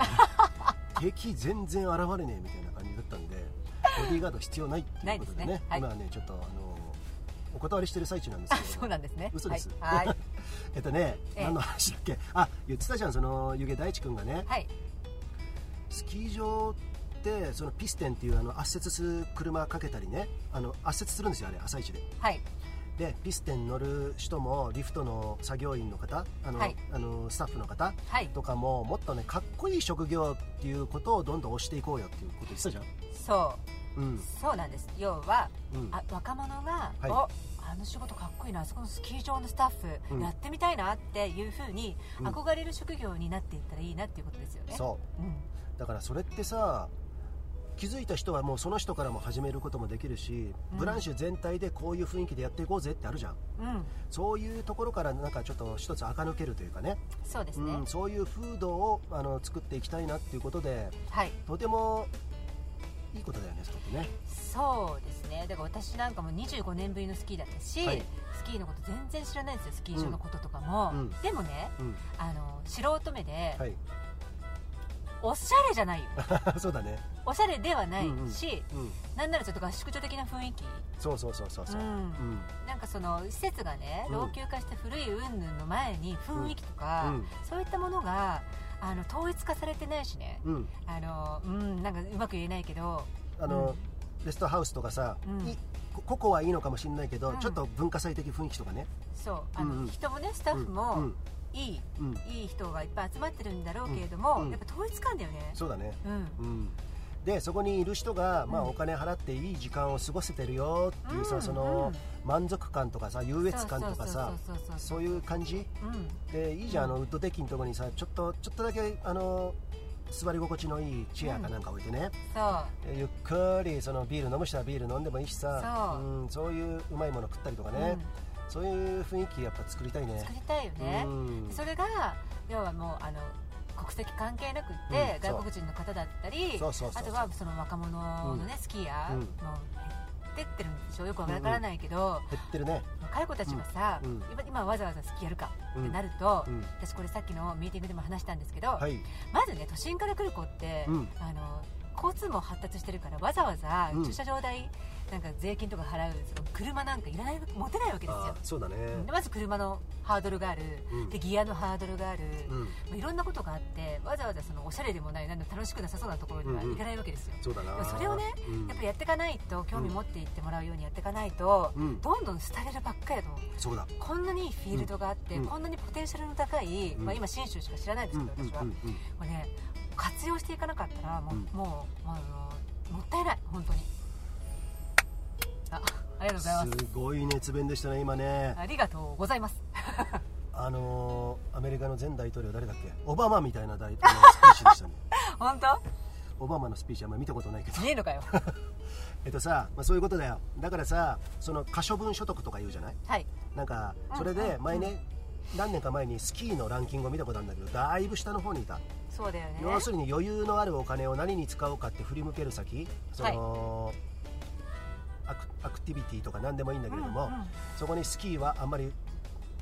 敵全然現れねえみたいな感じだったんでボディーガード必要ないっていうことでねないですねはい今はねちょっとあのお断りしてる最中なんですあけれどもそうなんですね嘘ですはいはいえっとね、ええ何の話だっけあ言ってたじゃんその湯気大地君がね、はいスキー場ってそのピステンっていうあの圧雪する車かけたりねあの圧雪するんですよあれ朝一ではいでピステン乗る人もリフトの作業員の方あの、はいあのスタッフの方はいとかももっとねかっこいい職業っていうことをどんどん押していこうよっていうこと言ってたじゃんそうんうそうなんです要はうんあ若者が、はいおあの仕事かっこいいなあそこのスキー場のスタッフ、うんやってみたいなっていうふうにうん憧れる職業になっていったらいいなっていうことですよね、、そうん、うだからそれってさ気づいた人はもうその人からも始めることもできるし、うんブランシュ全体でこういう雰囲気でやっていこうぜってあるじゃんうん、そういうところからなんかちょっと一つ垢抜けるというかねそうですね、うん、そういう風土をあの作っていきたいなっていうことではいとてもいいことだよねそれってねそうですねだから私なんかも25年ぶりのスキーだったし、はいスキーのこと全然知らないんですよスキー場のこととかも、うんうんでもねうんあの素人目で、はい おしゃれじゃないよそうだねおおしゃれではないし、うん、なんならちょっと合宿所的な雰囲気、そうそうそうそうそうう、んうんなんかその施設がねうん老朽化して古い云々の前に雰囲気とか、うんそういったものがあの統一化されてないしね、うん、あのうんなんかうまく言えないけどあの、レストハウスとかさ、うんいこここはいいのかもしれないけど、うんちょっと文化祭的雰囲気とかねそうあの、うんうん人もねスタッフも、うんいいうんうんいい人がいっぱい集まってるんだろうけれども、うんうんやっぱ統一感だよねそうだねうんうんでそこにいる人が、まあ、うんお金払っていい時間を過ごせてるよっていうさ、うんそのうん満足感とかさ優越感とかさそうそうそうそうそういう感じそううんでいいじゃん、うんあのウッドデッキのところにさちょっとちょっとだけあの座り心地のいいチェアかなんか置いてね、そうでゆっくりそのビール飲む人はビール飲んでもいいしさ、そうんそういううまいもの食ったりとかね、そういう雰囲気やっぱ作りたいねうん、作りたいよね、うんそれが要はもうあの国籍関係なくって、うんそう外国人の方だったりそうそうそうあとはその若者のね、スキヤーうんもう減ってってるんでしょよくわからないけど、減ってるね若い子たちがさ、うんうん今今わざわざスキやるかうっんてなると、うん私これさっきのミーティングでも話したんですけど、はいまずね都心から来る子って、うんあの交通も発達してるからわざわざうん駐車場代、なんか税金とか払うその車なんかいらない持てないわけですあよーそうだねでまず車のハードルがある、うんでギアのハードルがある、うんまあいろんなことがあってわざわざそのおしゃれでもないなんでも楽しくなさそうなところにはうんうん行かないわけですよ、そうだなでもそれをねうんやっぱりやっていかないと興味持っていってもらうようにやっていかないと、うんどんどん廃れるばっかりだと思うそうだこんなにいいフィールドがあって、うんこんなにポテンシャルの高い、うんまあ、今信州しか知らないでうすんけど、うん私は、うんうんこれね活用していかなかったらもう,、うんもうもうあのもったいない本当にあありがとうございますすごい熱弁でしたね今ねありがとうございます あのーアメリカの前大統領誰だっけオバマみたいな大あのスピーチで したね本当オバマのスピーチあんまり見たことないけど見えるの かよえっとさ、まあ、そういうことだよだからさその可処分所得とか言うじゃないはいなんかうんそれで前ね、何年か前にスキーのランキングを見たことあるんだけどだいぶ下の方にいた、そうだよね要するに余裕のあるお金を何に使おうかって振り向ける先その、アクアクティビティとか何でもいいんだけれども、うんうんそこにスキーはあんまり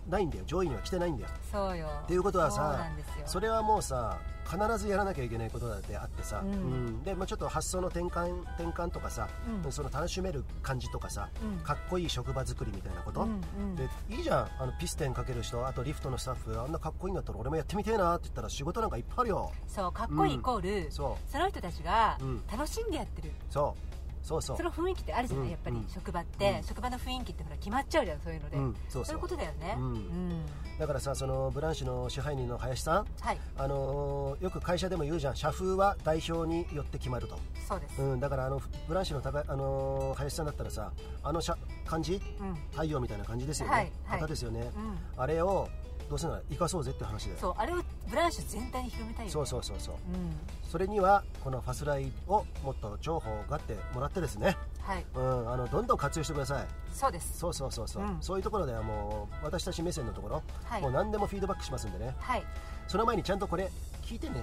ないんだよ上位には来てないんだよそうよっていうことはそうさなんですよそれはもうさ必ずやらなきゃいけないことだってあってさ、うんうんでまあ、ちょっと発想の転換転換とかさ、うんその楽しめる感じとかさ、うんかっこいい職場作りみたいなこと、うんうんでいいじゃんあのピステンかける人あとリフトのスタッフあんなかっこいいんだったら俺もやってみてえなって言ったら仕事なんかいっぱいあるよそうかっこいいイコール、そその人たちがうん楽しんでやってる、うそうそうそうその雰囲気ってあるじゃない、うんやっぱり、うん職場って、うん職場の雰囲気ってほら決まっちゃうじゃんそういうので、うんそうそそいうううことだよねうんうんだからさそのブランシュの支配人の林さんはいあのーよく会社でも言うじゃん社風は代表によって決まると、そうです、うん、だからあのブランシュの高い、あのー林さんだったらさあの社感じうん太陽みたいな感じですよね、はいはい旗ですよね、うんあれをどうせなら生かそうぜって話でそうあれをブランシュ全体に広めたいよ、ね、そうそうそうそううんそれにはこのファスライをもっと情報があってもらってですね、はいうん、あのどんどん活用してくださいそうですそうそうそうそう、うんそういうところではもう私たち目線のところ、はいもう何でもフィードバックしますんでねはいその前にちゃんとこれ聞いてね、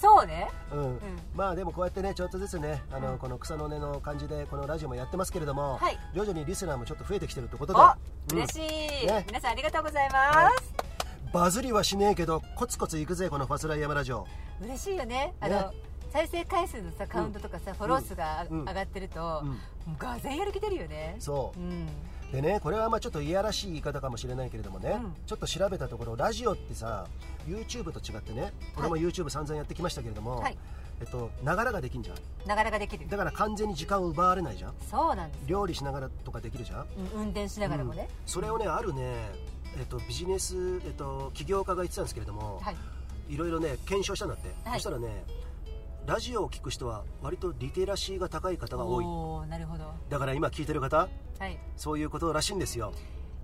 そうねうんうんまあでもこうやってねちょっとずつねあの、うんこの草の根の感じでこのラジオもやってますけれども、はい徐々にリスナーもちょっと増えてきてるってことで、おうん嬉しい、ね皆さんありがとうございます、バズりはしねえけどコツコツいくぜこのファスライ山ラジオ嬉しいよねあのね再生回数のさカウントとかさ、フォロー数が上うんがってると、うんがぜんやる気出るよねそううんでねこれはまあちょっといやらしい言い方かもしれないけれどもね、うんちょっと調べたところラジオってさ YouTube と違ってね俺も YouTube 散々やってきましたけれども、はいえっとながらができんじゃんなかなかできるだから完全に時間を奪われないじゃんそうなんです料理しながらとかできるじゃんうん運転しながらもね、それをねあるねえっとビジネス、えっと、起業家が言ってたんですけれども、はいい、ろいろね検証したんだって、はいそしたらねラジオを聞く人は割とリテラシーが高い方が多いおーなるほどだから今聞いてる方はいそういうことらしいんですよ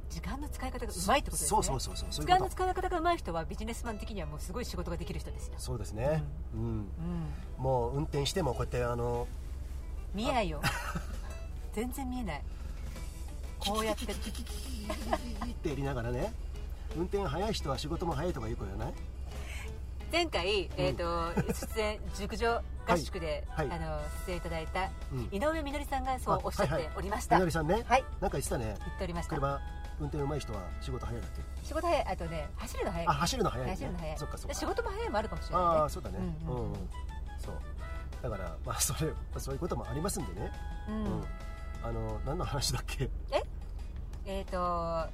時間の使い方がうまいってことですねそうそうそうそうそう時い間うこのと使い方がうまい人はビジネスマン的にはもうすごい仕事ができる人ですよ、そうですね、うん、うん、もう運転してもこうやってあの見えない よ全然見えないこうやってってやりながらね運転早い人は仕事も早いとか言う子じゃない前回、えー、と出演熟女合宿で、はいはいあの出演いただいたうん井上みのりさんがそうあおっしゃっはいてはいおりましみた、のりさんね、はいなんか言ってたね言っておりました車運転うまい人は仕事早いだっけ仕事早いあとね走るの早いあ走るの早い、ね、走るの早いそっかそっでか仕事も早いもあるかもしれないねああそうだね、ううんんうんうんうんだから、まあ、それそういうこともありますんでね、うんうんあの何の話だっけ えっ、と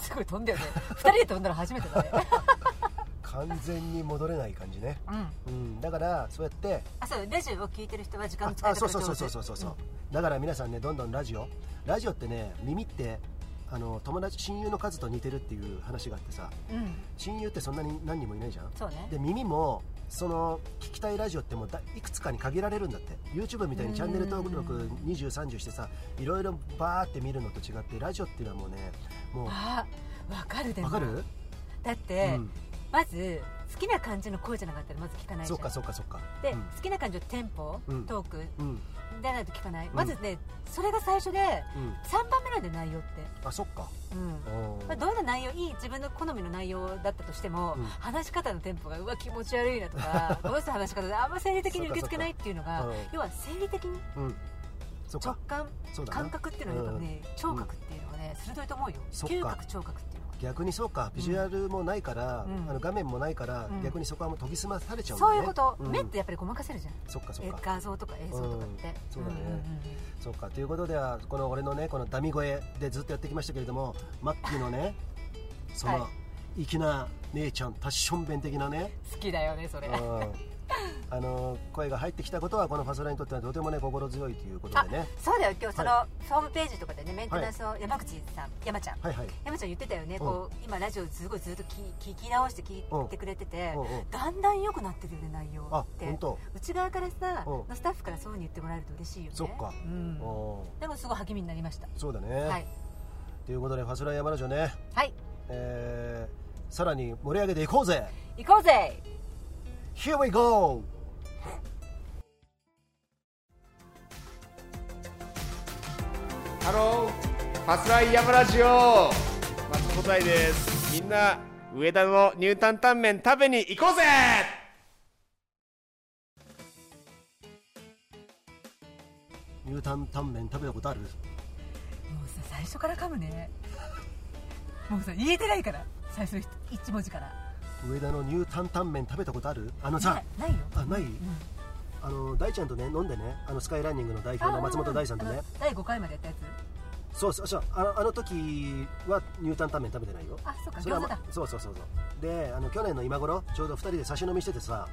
すごい飛んだよね二人で飛んだの初めてだね完全に戻れない感じね、うん うん、だからそうやってあそうレジを聞いてる人は時間あの使いあ方そうがそうそ上うそう手そうそう、だから皆さんねどんどんラジオラジオってね耳ってあの友達親友の数と似てるっていう話があってさうん、うん親友ってそんなに何人もいないじゃんそうねで耳もその聞きたいラジオってもうだいくつかに限られるんだって YouTube みたいにチャンネル登録2030してさいろいろバーって見るのと違ってラジオっていうのはもうねもあわかるでうもわかる、だって、うん、まず好きな感じの声じゃなかったらまず聞かないじそゃっんかそっかそっかで、うん好きな感じのテンポ、うんトークうんうんでないと聞かない、んまずねそれが最初で3番目なんで内容って、あそっかうんおーまあ、どういう内容いい自分の好みの内容だったとしても、うん話し方のテンポがうわ気持ち悪いなと かこの人の話し方であんま生理的に受け付けないっていうのがそうかそうか要は生理的にうんそっ直か感そうだ感な覚っていうのはやっぱね、聴覚っていうのがね鋭いと思うよそっか嗅覚聴覚っていうのは逆にそうかビジュアルもないから、うんあの画面もないから、うん逆にそこはもう研ぎ澄まされちゃうんだそうねいうこと、ん目ってやっぱりごまかせるじゃんそっかそっえか画像とか映像とかって、そうだねんんんそうかということではこの俺のねこのダミ声でずっとやってきましたけれどもマッキーのねその、は粋な姉ちゃんタッション弁的なね、好きだよねそれ、、うんあの声が入ってきたことはこのファソラにとってはとてもね心強いということでねそうだよ今日その、ホームページとかでねメンテナンスの山口さん、山ちゃんはいはい山ちゃん言ってたよね、こう今ラジオすごいずっと聞聞き直して聞いてくれてて、おうおうだんだん良くなってるよね内容あって本当、内側からさ、うんのスタッフからそういうふうに言ってもらえると嬉しいよねそっかうん、おでもすごい励みになりましたーそうだね、はいということでファソラ山ラジオね、はいえーさらに盛り上げていこうぜ行こうぜ Here we go! ハロー、パスライヤマラジオ、松本大です。みんな、上田のニュータンタンメン食べに行こうぜニュータンタンメン食べたことあるもうさ最初から噛むねもうさ言えてないから最初の一文字から上田のニュータンタンメン食べたことあるあのさ、ないないよあないうんあの大ちゃんとね飲んでねあのスカイランニングの代表の松本大さんとあねの第5回までやったやつそうそうそうあのあの時はニュータンタンメン食べてないよあそうかそれは餃子だそうそうそうそうであの去年の今頃ちょうど2人で差し飲みしててさ、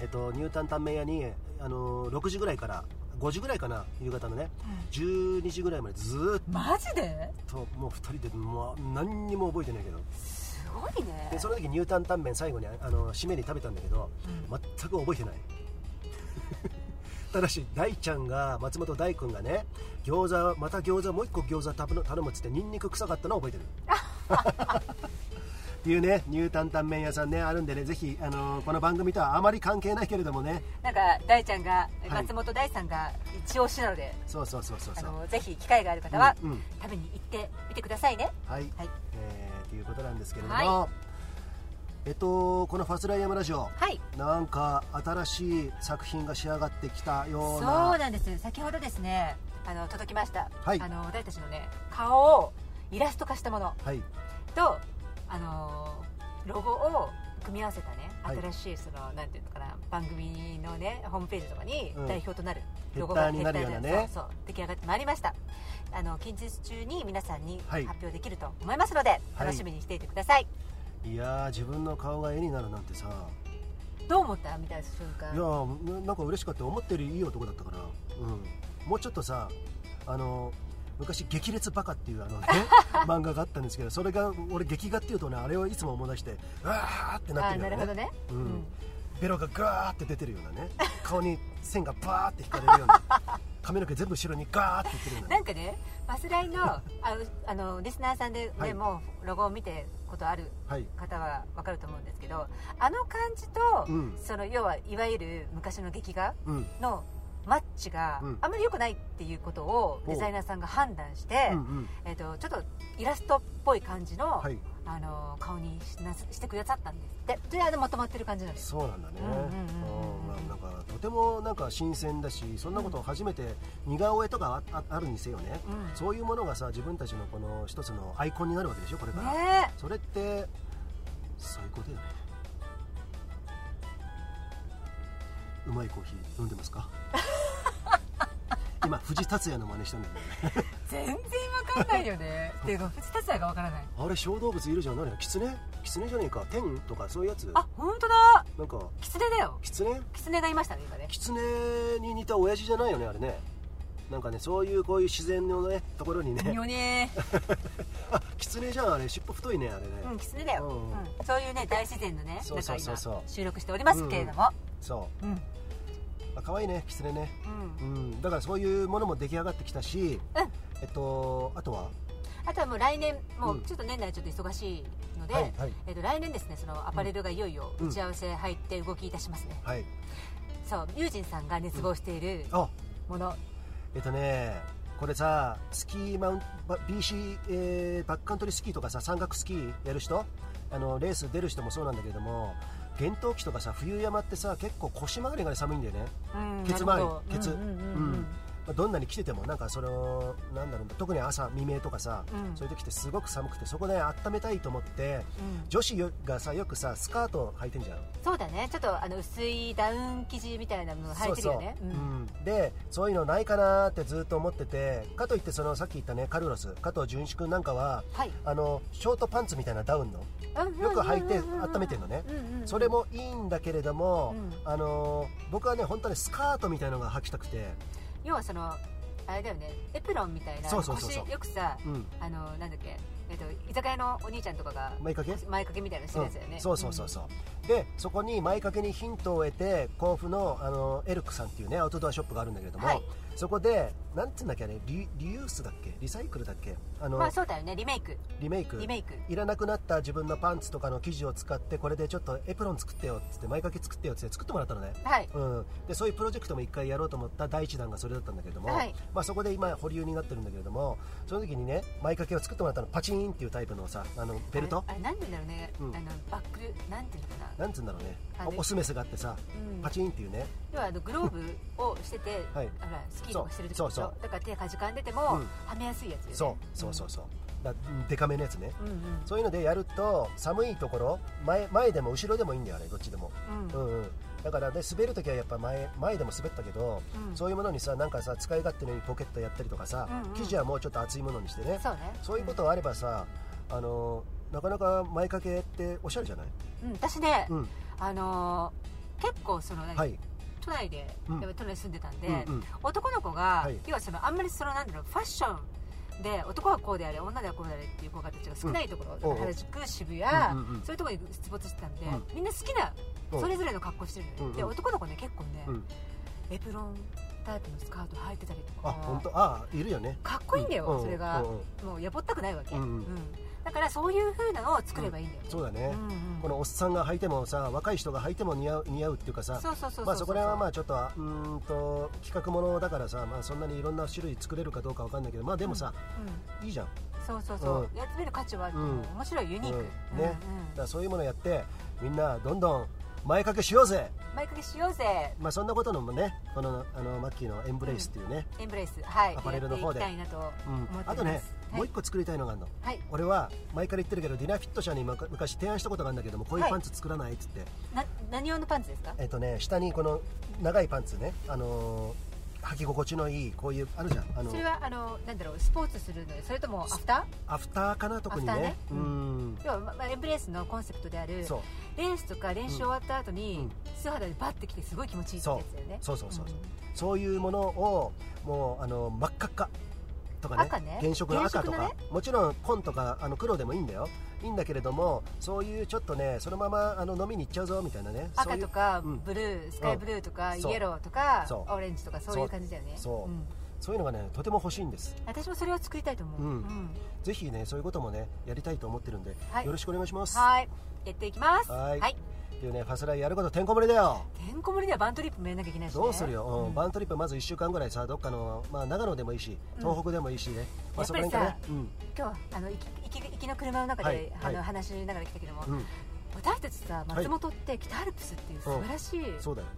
うえっと、ニュータンタンメン屋にあの6時ぐらいから5時ぐらいかな夕方のね12時ぐらいまでずーっマジでともう2人で、まあ、何にも覚えてないけどすごいねでその時ニュータンタンメン最後にああの締めに食べたんだけど、う全く覚えてない ただし大ちゃんが松本大君がね餃子また餃子もう一個餃子頼む頼むっつってニンニク臭かったのは覚え てるっていうねニュータンタンメン屋さんねあるんでねぜひ、あのーこの番組とはあまり関係ないけれどもねなんか大ちゃんがい松本大さんが一押しなので、そうそうそうそうあそうのぜひ機会がある方はうんうん食べに行ってみてくださいねはい、はいえー、ということなんですけれども、はえっとこの「ファスライヤムラジオ」はいなんか新しい作品が仕上がってきたよそううななんですよ先ほどですねあの届きました、はいあの私たちのね顔をイラスト化したものはいとあのーロゴを組み合わせたねはい新しいその、なんていうのかな番組のねホームページとかにうん代表となるヘロッゴダがーになるようなねヘッダーにそうそう出来上がってまいりましたあの近日中に皆さんには発い表できると思いますので、楽しみにしていてください、いやー自分の顔が絵になるなんてさどう思ったみたいな瞬いや間ーななんか嬉しかった思ったよりいい男だったから、うん、もうちょっとさあの昔「激烈バカ」っていうあ の、ね、漫画があったんですけどそれが俺劇画っていうとねあれをいつも思い出してうわーってなっあてーなるるようほなどねね、ううんん、ベロがガーって出てるような ね顔に線がバーって引かれるような髪の毛全部後ろにガーっていってるようななんかねバスライのあのあのリスナーさんで、ねはいもうロゴを見てことあるはい方は分かると思うんですけどあの感じと、うんその要はいわゆる昔の劇画うんのマッチがうんあまり良くないっていうことをおデザイナーさんが判断して、うんうんえっとちょっとイラストっぽい感じの,、はいあの顔にしなしてくださったんですってであれまとまってる感じなんですそうなんだね、うんうんうんうんあーまあなんかとてもなんか新鮮だしそんなことを初めて似顔絵とかあああるにせよね、うんそういうものがさ自分たちのこの一つのアイコンになるわけでしょこれから、ねそれって最高だよねうまいコーヒー飲んでま すか今藤達也の真似したんだけどね全然わかんないよ ねっていうか藤達也がわからないあれ小動物いるじゃん何だキツネキツネじゃねえか天とかそういうやつあ本当だなんかキツネだよキツネキツネがいましたね今ねキツネに似た親父じゃないよねあれねなんかねそういうこういう自然のねところにねよねあキツネじゃんあれ尻尾太いねあれね、うんキツネだよ、ううんんそういうね大自然のねそうそ中うそうそう今収録しておりますけれどもそうんうんうあ可愛いねキツネねうんうんだからそういうものも出来上がってきたし、うんえっとあとはあとはもう来年もううんちょっと年内ちょっと忙しいので、はいはいえっと来年ですねそのアパレルがいよいようん打ち合わせ入って動きいたしますね、はいそうミュージンさんが熱望しているあもの、えっとねこれさスキーマウンバ BC、えーバックカントリースキーとかさ山岳スキーやる人あのレース出る人もそうなんだけれども厳冬期とかさ冬山ってさ結構腰曲がりが寒いんだよね、うんケツなる周ほりどケツうんうんうんうんまあどんなに来ててもなんかそのなんだろう特に朝未明とかさ、うんそういう時ってすごく寒くてそこで温めたいと思ってうんうん女子がさよくさスカート履いてんじゃんそうだねちょっとあの薄いダウン生地みたいなの履いてるよねそうそううんでそういうのないかなってずっと思っててかといってそのさっき言ったねカルロス加藤純一君なんかははいあのショートパンツみたいなダウンのよく履いて温めてるのねそれももいいんだけれども、うあの僕はね本当にスカートみたいのが履きたくて、要はそのあれだよねエプロンみたいなそうそうそうそう腰よくさうん、あのなんだっけえっと居酒屋のお兄ちゃんとかが前掛け前掛けみたいなのしてるやつだよね、うんそうそうそうそう、でそこに前掛けにヒントを得て甲府のあのエルクさんっていうねアウトドアショップがあるんだけれども、はいそこでなんつうんだっけあれリリユースだっけリサイクルだっけあの、まあそうだよねリメイクリメイクリメイクいらなくなった自分のパンツとかの生地を使ってこれでちょっとエプロン作ってよっつって前掛け作ってよっつって作ってもらったのねはいうん、でそういうプロジェクトも一回やろうと思った第一弾がそれだったんだけども、はいまあ、そこで今保留になってるんだけれどもその時にね前掛けを作ってもらったのパチーンっていうタイプのさあのベルトあれあれなんて言うんだろうね、うんあのバックなんていうのかな、なんつうんだろうねあれオスメスがあってさうんパチーンっていうね、要はあのグローブをしてて、はいあらスキーとかしてる時でしそょうそうそうだから手かじかんでても、うんはめやすいやつよねそうそうそうそうだうんデカめのやつねうんうんそういうのでやると寒いところ前前でも後ろでもいいんだよあれどっちでも、うんうんうん、だからで滑るときはやっぱ前前でも滑ったけど、うんそういうものにさなんかさ使い勝手にポケットやったりとかさ、うんうん生地はもうちょっと厚いものにしてねそうねそういうことあればさ、あのなかなか前掛けっておしゃれじゃない、うん、うん私ね、うん、あのー結構その、何はい、都内で、うんやっぱ都内に住んでたんで、うんうん男の子が、はい要はそのあんまりそのなんだろうファッションで男はこうであれ女ではこうであれっていう子たちが少ないところ、うんおうおう原宿渋谷、うんうんうんそういうところに出没してたんで、うんみんな好きなうんそれぞれの格好してるのよ、うんうんで男の子ね結構ね、うんエプロンタイプのスカート履いてたりとかあ本当あいるよねかっこいいんだよ、うんそれがうん、もうやぼったくないわけ、うんうんだからそういう風なのを作ればいいんだよね、そうだね、うんうんこのおっさんが履いてもさ若い人が履いても似合う似合うっていうかさそうそうそうそうまあそこら辺はまあちょっとうーんと企画ものだからさ、まあ、そんなにいろんな種類作れるかどうかわかんないけどまあでもさ、うんいいじゃんそうそうそう、うやってみる価値はあるとうん思う面白いユニーク、うんねうんうんだからそういうものやってみんなどんどん前掛けしようぜ前掛けしようぜまあそんなことのもねこのあのマッキーのエンブレイスっていうね、エンブレイスはいアパレルの方でやっていきたいなとうん思ってます、あとね、もうはい一個作りたいのがあるのはい俺は前から言ってるけどディナーフィット社にむか昔提案したことがあるんだけどもこういうはいパンツ作らないっつって、な何用のパンツですかえっとね下にこの長いパンツねあのー履き心地のいいこういうあるじゃんあのそれはあのなんだろうスポーツするのにそれともアフタアフターかな特にねアフターねううんんー要は、ままエンブレイスのコンセプトであるそうレースとか練習終わった後に、うん素肌でバッてきてすごい気持ちいいってやつだよねそうそうそうそう、んそういうものをもうあの真っ赤っかとかね赤ね原色の赤とか、原色もちろん紺とかあの黒でもいいんだよいいんだけれどもそういうちょっとねそのままあの飲みに行っちゃうぞみたいなねそう赤いうとかそういううんブルースカイブルーとか、うんイエローとかそうオレンジとかそういう感じだよねそうそうんそういうのがねとても欲しいんです私もそれを作りたいと思う、うんんぜひねそういうこともねやりたいと思ってるんで、はいよろしくお願いします。はいやっていきますはいっていうねファスライやることてんこ盛りだよ。てんこ盛りではバントリップもやんなきゃいけないし、ね、どうするよ、うんうんバントリップまず1週間ぐらいさどっかの、まあ、長野でもいいしうん東北でもいいしね、やまあ、っそぱこりらさ辺かね、うん今日はあの行き行き行きの車の中で、はいあのはい話しながら来たけども、うん、私たちさい松本って北アルプスっていう素晴らしい、そうだよ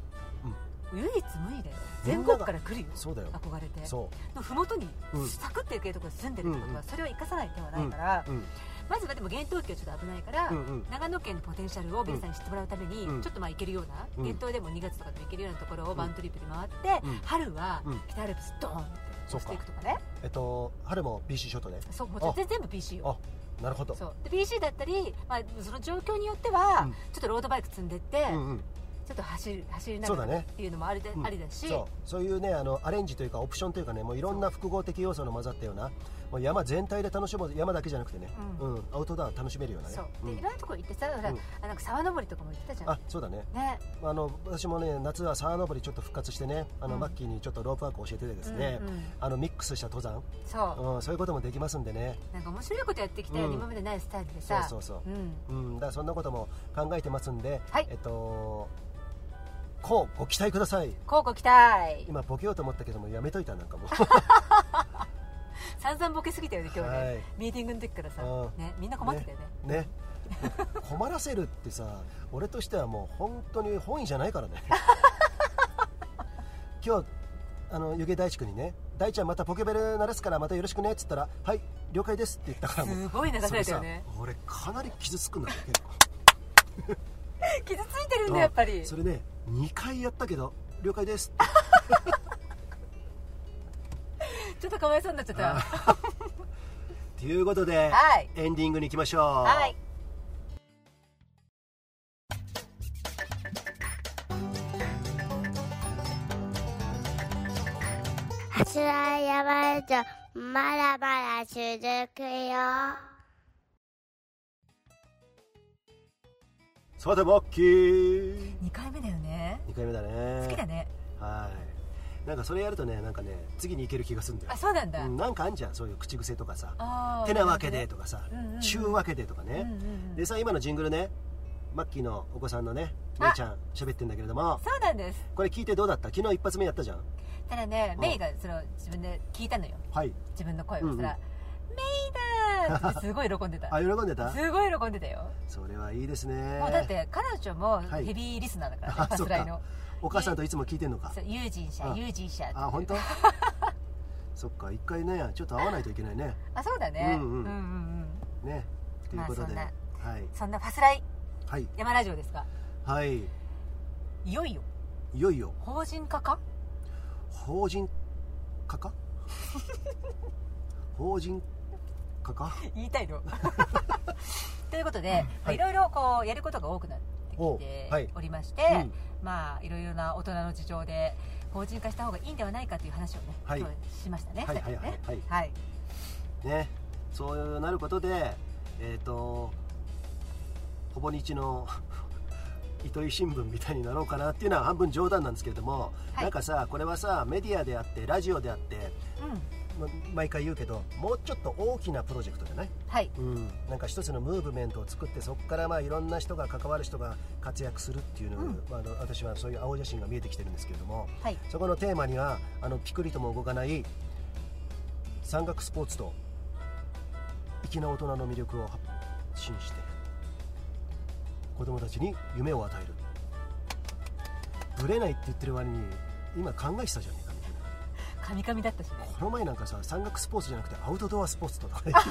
唯一無二だよみん全なが国から来るよそうだよ憧れてそのふもとにうんサクッていけるところに住んでるってことうはんそれを生かさない手はないから、う、うん、まずはでも厳冬期はちょっと危ないから、うんうん長野県のポテンシャルを皆さんに知ってもらうために、うんちょっとまあ行けるような、うん厳冬でも2月とかでも行けるようなところをバントリップで回って、うん春はうん北アルプスドーンってそう押かしていくとかねえっと春も BC ショートでそうあ全全部 PC よあなるほどそうで PC だったり、まあ、その状況によっては、うんちょっとロードバイク積んでって、うんうんちょっと走る走りながそうらだねっていうのもありだ,、うんありだしそうそういうねあのアレンジというかオプションというかねもういろんな複合的要素の混ざったようなもう山全体で楽しむ山だけじゃなくてね、ううんアウトドア楽しめるようなねそうで、んいろんなとこ行ってさほら、うんあなんか沢登りとかも行ってたじゃんあそうだねねあの私もね夏は沢登りちょっと復活してねあの、うんマッキーにちょっとロープワーク教えててですね、うんうんあのミックスした登山、そう、うん、そういうこともできますんでねなんか面白いことやってきたよ、うん今までないスタイルでさそうそうう、ん、うん、だからそんなことも考えてますんで、はいえっとこうご期待くださいこうご期待今ボケようと思ったけどもやめといたなんか もう散々ボケすぎたよね今日ね、はいミーティングの時からさ、うんね、みんな困ってたよねね困らせるってさ俺としてはもう本当に本意じゃないか らね今日あの湯気大地君にね「大ちゃんまたポケベル鳴らすからまたよろしくね」っつったら「はい了解です」って言ったからもうすごい流されたよねそれさ俺かなり傷つくんだよ結構傷ついて るんだやっぱりそれね2回やったけど「了解です」ってちょっとかわいそうになっちゃったということで、はいエンディングに行きましょうはい柱山へとまだまだ続くよ。さてマッキー2回目だよね2回目だね好きだねはいなんかそれやるとねなんかね次に行ける気がするんだよあそうなんだ、うんなんかあんじゃんそういう口癖とかさあ「ーてなわけで」とかさうんうんうん「ちゅうわけで」とかうんうんねうんでさ今のジングルねマッキーのお子さんのねあめいちゃん喋ってんだけれどもそうなんですこれ聞いてどうだった昨日一発目やったじゃんただねうんメイがその自分で聞いたのよはい自分の声をうんそうんしたら「メイだ!」ってすごい喜んでたあ喜んでたすごい喜んでたよそれはいいですねもうだって彼女もはいヘビーリスナーだからね、あパスライのお母さんといつも聞いてんのかそう友人者あ友人者ってあ 本当そっか一回ねちょっと会わないといけないねあそうだね、ううんんううんんうんねということで、まあはいそんなファスライはい山ラジオですがはいいいよいよよいよ法人化か法人 化か法人化か言いたい のということで、はいいろいろこうやることが多くなっておきうはいておりまして、うんまあいろいろな大人の事情で法人化した方がいいんではないかという話をね、はい今日しましたねはいはさいっきねはいはいねそうなることでえっ、とほぼ日の 糸井新聞みたいになろうかなっていうのは半分冗談なんですけれども、はいなんかさこれはさメディアであってラジオであって、うんま毎回言うけどもうちょっと大きなプロジェクトじゃない、はいうん、なんか一つのムーブメントを作ってそこからまあいろんな人が関わる人が活躍するっていうのを、うんまあ、あの私はそういう青写真が見えてきてるんですけれどもはいそこのテーマにはあのピクリとも動かない山岳スポーツと粋な大人の魅力を発信して子供たちに夢を与えるブレないって言ってる割に今考えてたじゃねえかみたいなカミカミだったしねこの前なんかさ山岳スポーツじゃなくてアウトドアスポーツとか言ってさ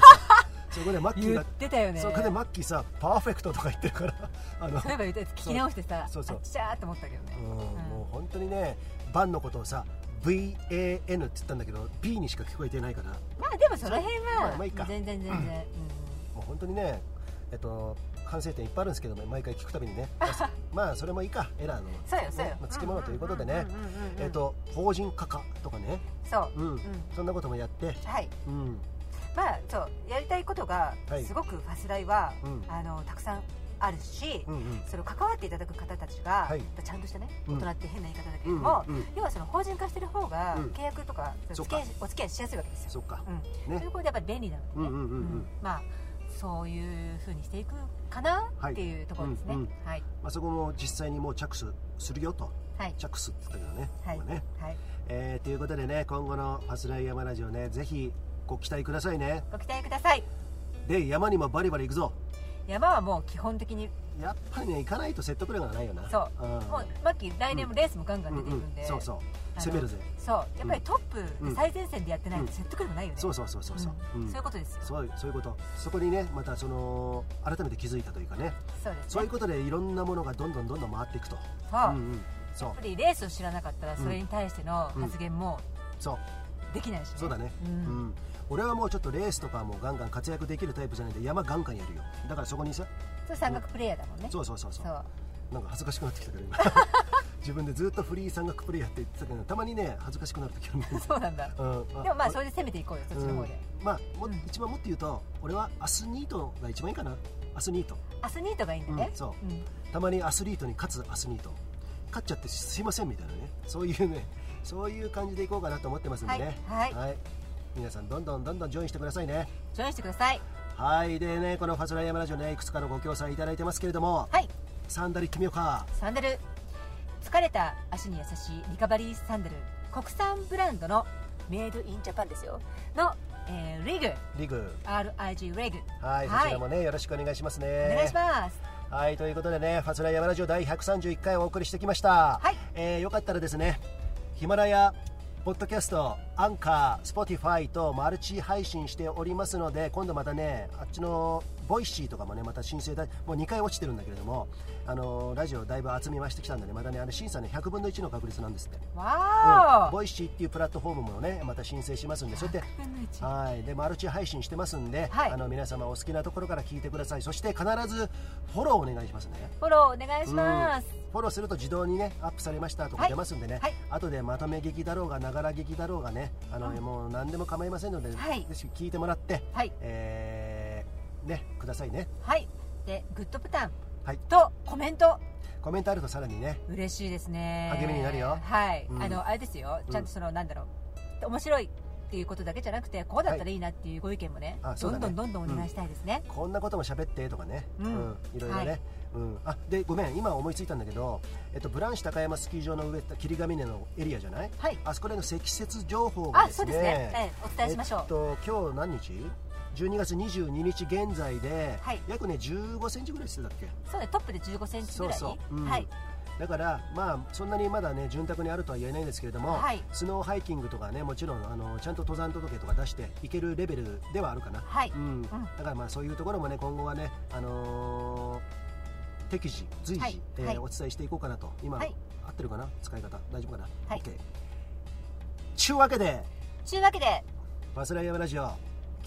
そこでマッキー言がっ、てたよねそこでマッキーさパーフェクトとか言ってるから あのそういえば言ったやつ聞き直してさそうそうそうあっちゃーって思ったけどねうん、うんもう本当にねバンのことをさ VAN って言ったんだけど B にしか聞こえてないからもまあでもその辺まあはまあいいか全然全然、うんう本当にねえっと反省点いっぱいあるんですけどね毎回聞くた びにねまあそまあそれもいいかエラーのそうよそうよねまあ、つきものということでねうんうんうんうんうんうんえっと法人化かとかねそう、うん、うんそんなこともやってはいうんまあそうやりたいことがはいすごくファスライは、うんあのたくさんあるし、うんうんその関わっていただく方たちが、はいちゃんとしたねうん大人って変な言い方だけれども、うんうん要はその法人化してる方がうん契約とか、そお付っきか合いお付き合いしやすいわけですよそっかうんねということでやっぱり便利なのでね、うんうんうんうんまあそういうふうにしていくかなはいっていうところですね、うんうんはいまあ、そこも実際にもう着手するよとはい着手って言ったけどね,、はいここねはいえーということでね今後の「ファスライヤマラジオね」ぜひご期待くださいねご期待くださいで山にもバリバリ行くぞ山はもう基本的にやっぱりね行かないと説得力がないよなそう、んもうマッキー来年もレースもガンガン出ていくんで、うんうんそうそうあの攻めるぜそうやっぱりトップうでん最前線でやってないと説得力ないよね、そうそうそうそうそう、うんうんそういうことですよそうそういうことそこにねまたその改めて気づいたというかねそうですねそういうことでいろんなものがどんどんどんどん回っていくと、そううんうん、そうやっぱりレースを知らなかったらそれに対しての発言もそうできないし、ねそうだね、ううんん俺はもうちょっとレースとかもガンガン活躍できるタイプじゃないんで山ガンガンやるよだからそこにさそれ山岳プレイヤーだもんねそうそうそうそうそうなんか恥ずかしくなってきたから 今自分でずっとフリー山岳プレイやって言ってたけどたまにね恥ずかしくなる時あるんだよねそうなんだうんでもまあそれで攻めていこうよそっちの方で、うんまあも、うん一番もっと言うと俺はアスニートが一番いいかなアスニートアスニートがいいんだね、うんそうんたまにアスリートに勝つアスニート勝っちゃってすいませんみたいなねそういうねそういう感じでいこうかなと思ってますんでねはいははい皆さんどんどんどんどんジョインしてくださいねジョインしてくださいはいでねこの「ファズライヤマラジオね」いくつかのご協賛いただいてますけれども、はいサンダル行ってみようかサンダル疲れた足に優しいリカバリーサンダル国産ブランドのメイドインジャパンですよの、えー、リグリグ RIG レグはい、はいそちらもねよろしくお願いしますねお願いします、はいということでね「ファズライヤマラジオ」第131回お送りしてきました、はいえーよかったらですねヒマラヤポッドキャストアンカースポティファイとマルチ配信しておりますので今度またねあっちのボイシーとかもねまた申請だもう2回落ちてるんだけれどもあのーラジオだいぶ厚み増してきたんでねまたねあれ審査の100分の1の確率なんですってわーお、ボイシーっていうプラットフォームもねまた申請しますんでそうやって100分の一はいでマルチ配信してますんで、はいあの皆様お好きなところから聞いてくださいそして必ずフォローお願いしますねフォローお願いします、フォローすると自動にねアップされましたとはかい出ますんでね、はい後でまとめ劇だろうがながら劇だろうがねあの、もう何でも構いませんので、はいぜひ聞いてもらって、はいえーねくださいねはいでグッドボタンはいとコメントコメントあるとさらにね嬉しいですね励みになるよはい、うんあのあれですよちゃんとその、なんだろう面白いっていうことだけじゃなくてこうだったらいいなっていうご意見もね,、はいあそどうだんねどんどんどんお願いしたいですね、こんなことも喋ってとかね、ううんんいろいろね、はいうん、あでごめん今思いついたんだけど、えっと、ブランシュ高山スキー場の上霧ヶ峰のエリアじゃないはいあそこでの積雪情報があですそうねですね、ええお伝えしましょう、えっと、今日何日 ?12 月22日現在で、はい約ね15センチぐらいしてたっけそうねトップで1 5センチぐらいそうそううんはいだからまあそんなにまだね潤沢にあるとは言えないんですけれども、はいスノーハイキングとかねもちろんあのちゃんと登山届とか出していけるレベルではあるかな、はい、うん、だからまあそういうところもね今後はねあのー適時随時、はいえーはいお伝えしていこうかなと今、はい合ってるかな使い方大丈夫かな、はい OK ちゅうわけでというわけで「バスライヤマラジオ」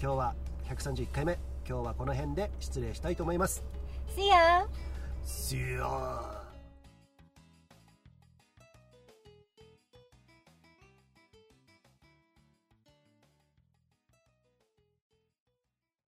今日は131回目今日はこの辺で失礼したいと思います See ya! See ya!